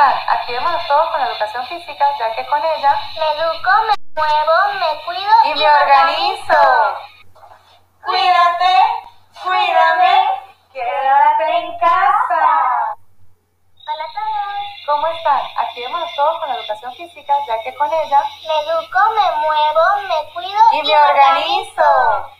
ayudémonos todos con la educación física, ya que con ella Me educo, me muevo, me cuido y me organizo. Cuídate, cuídame, quédate en casa. Hola a todos. ¿Cómo están? Activémonos todos con la educación física, ya que con ella Me educo, me muevo, me cuido y me organizo.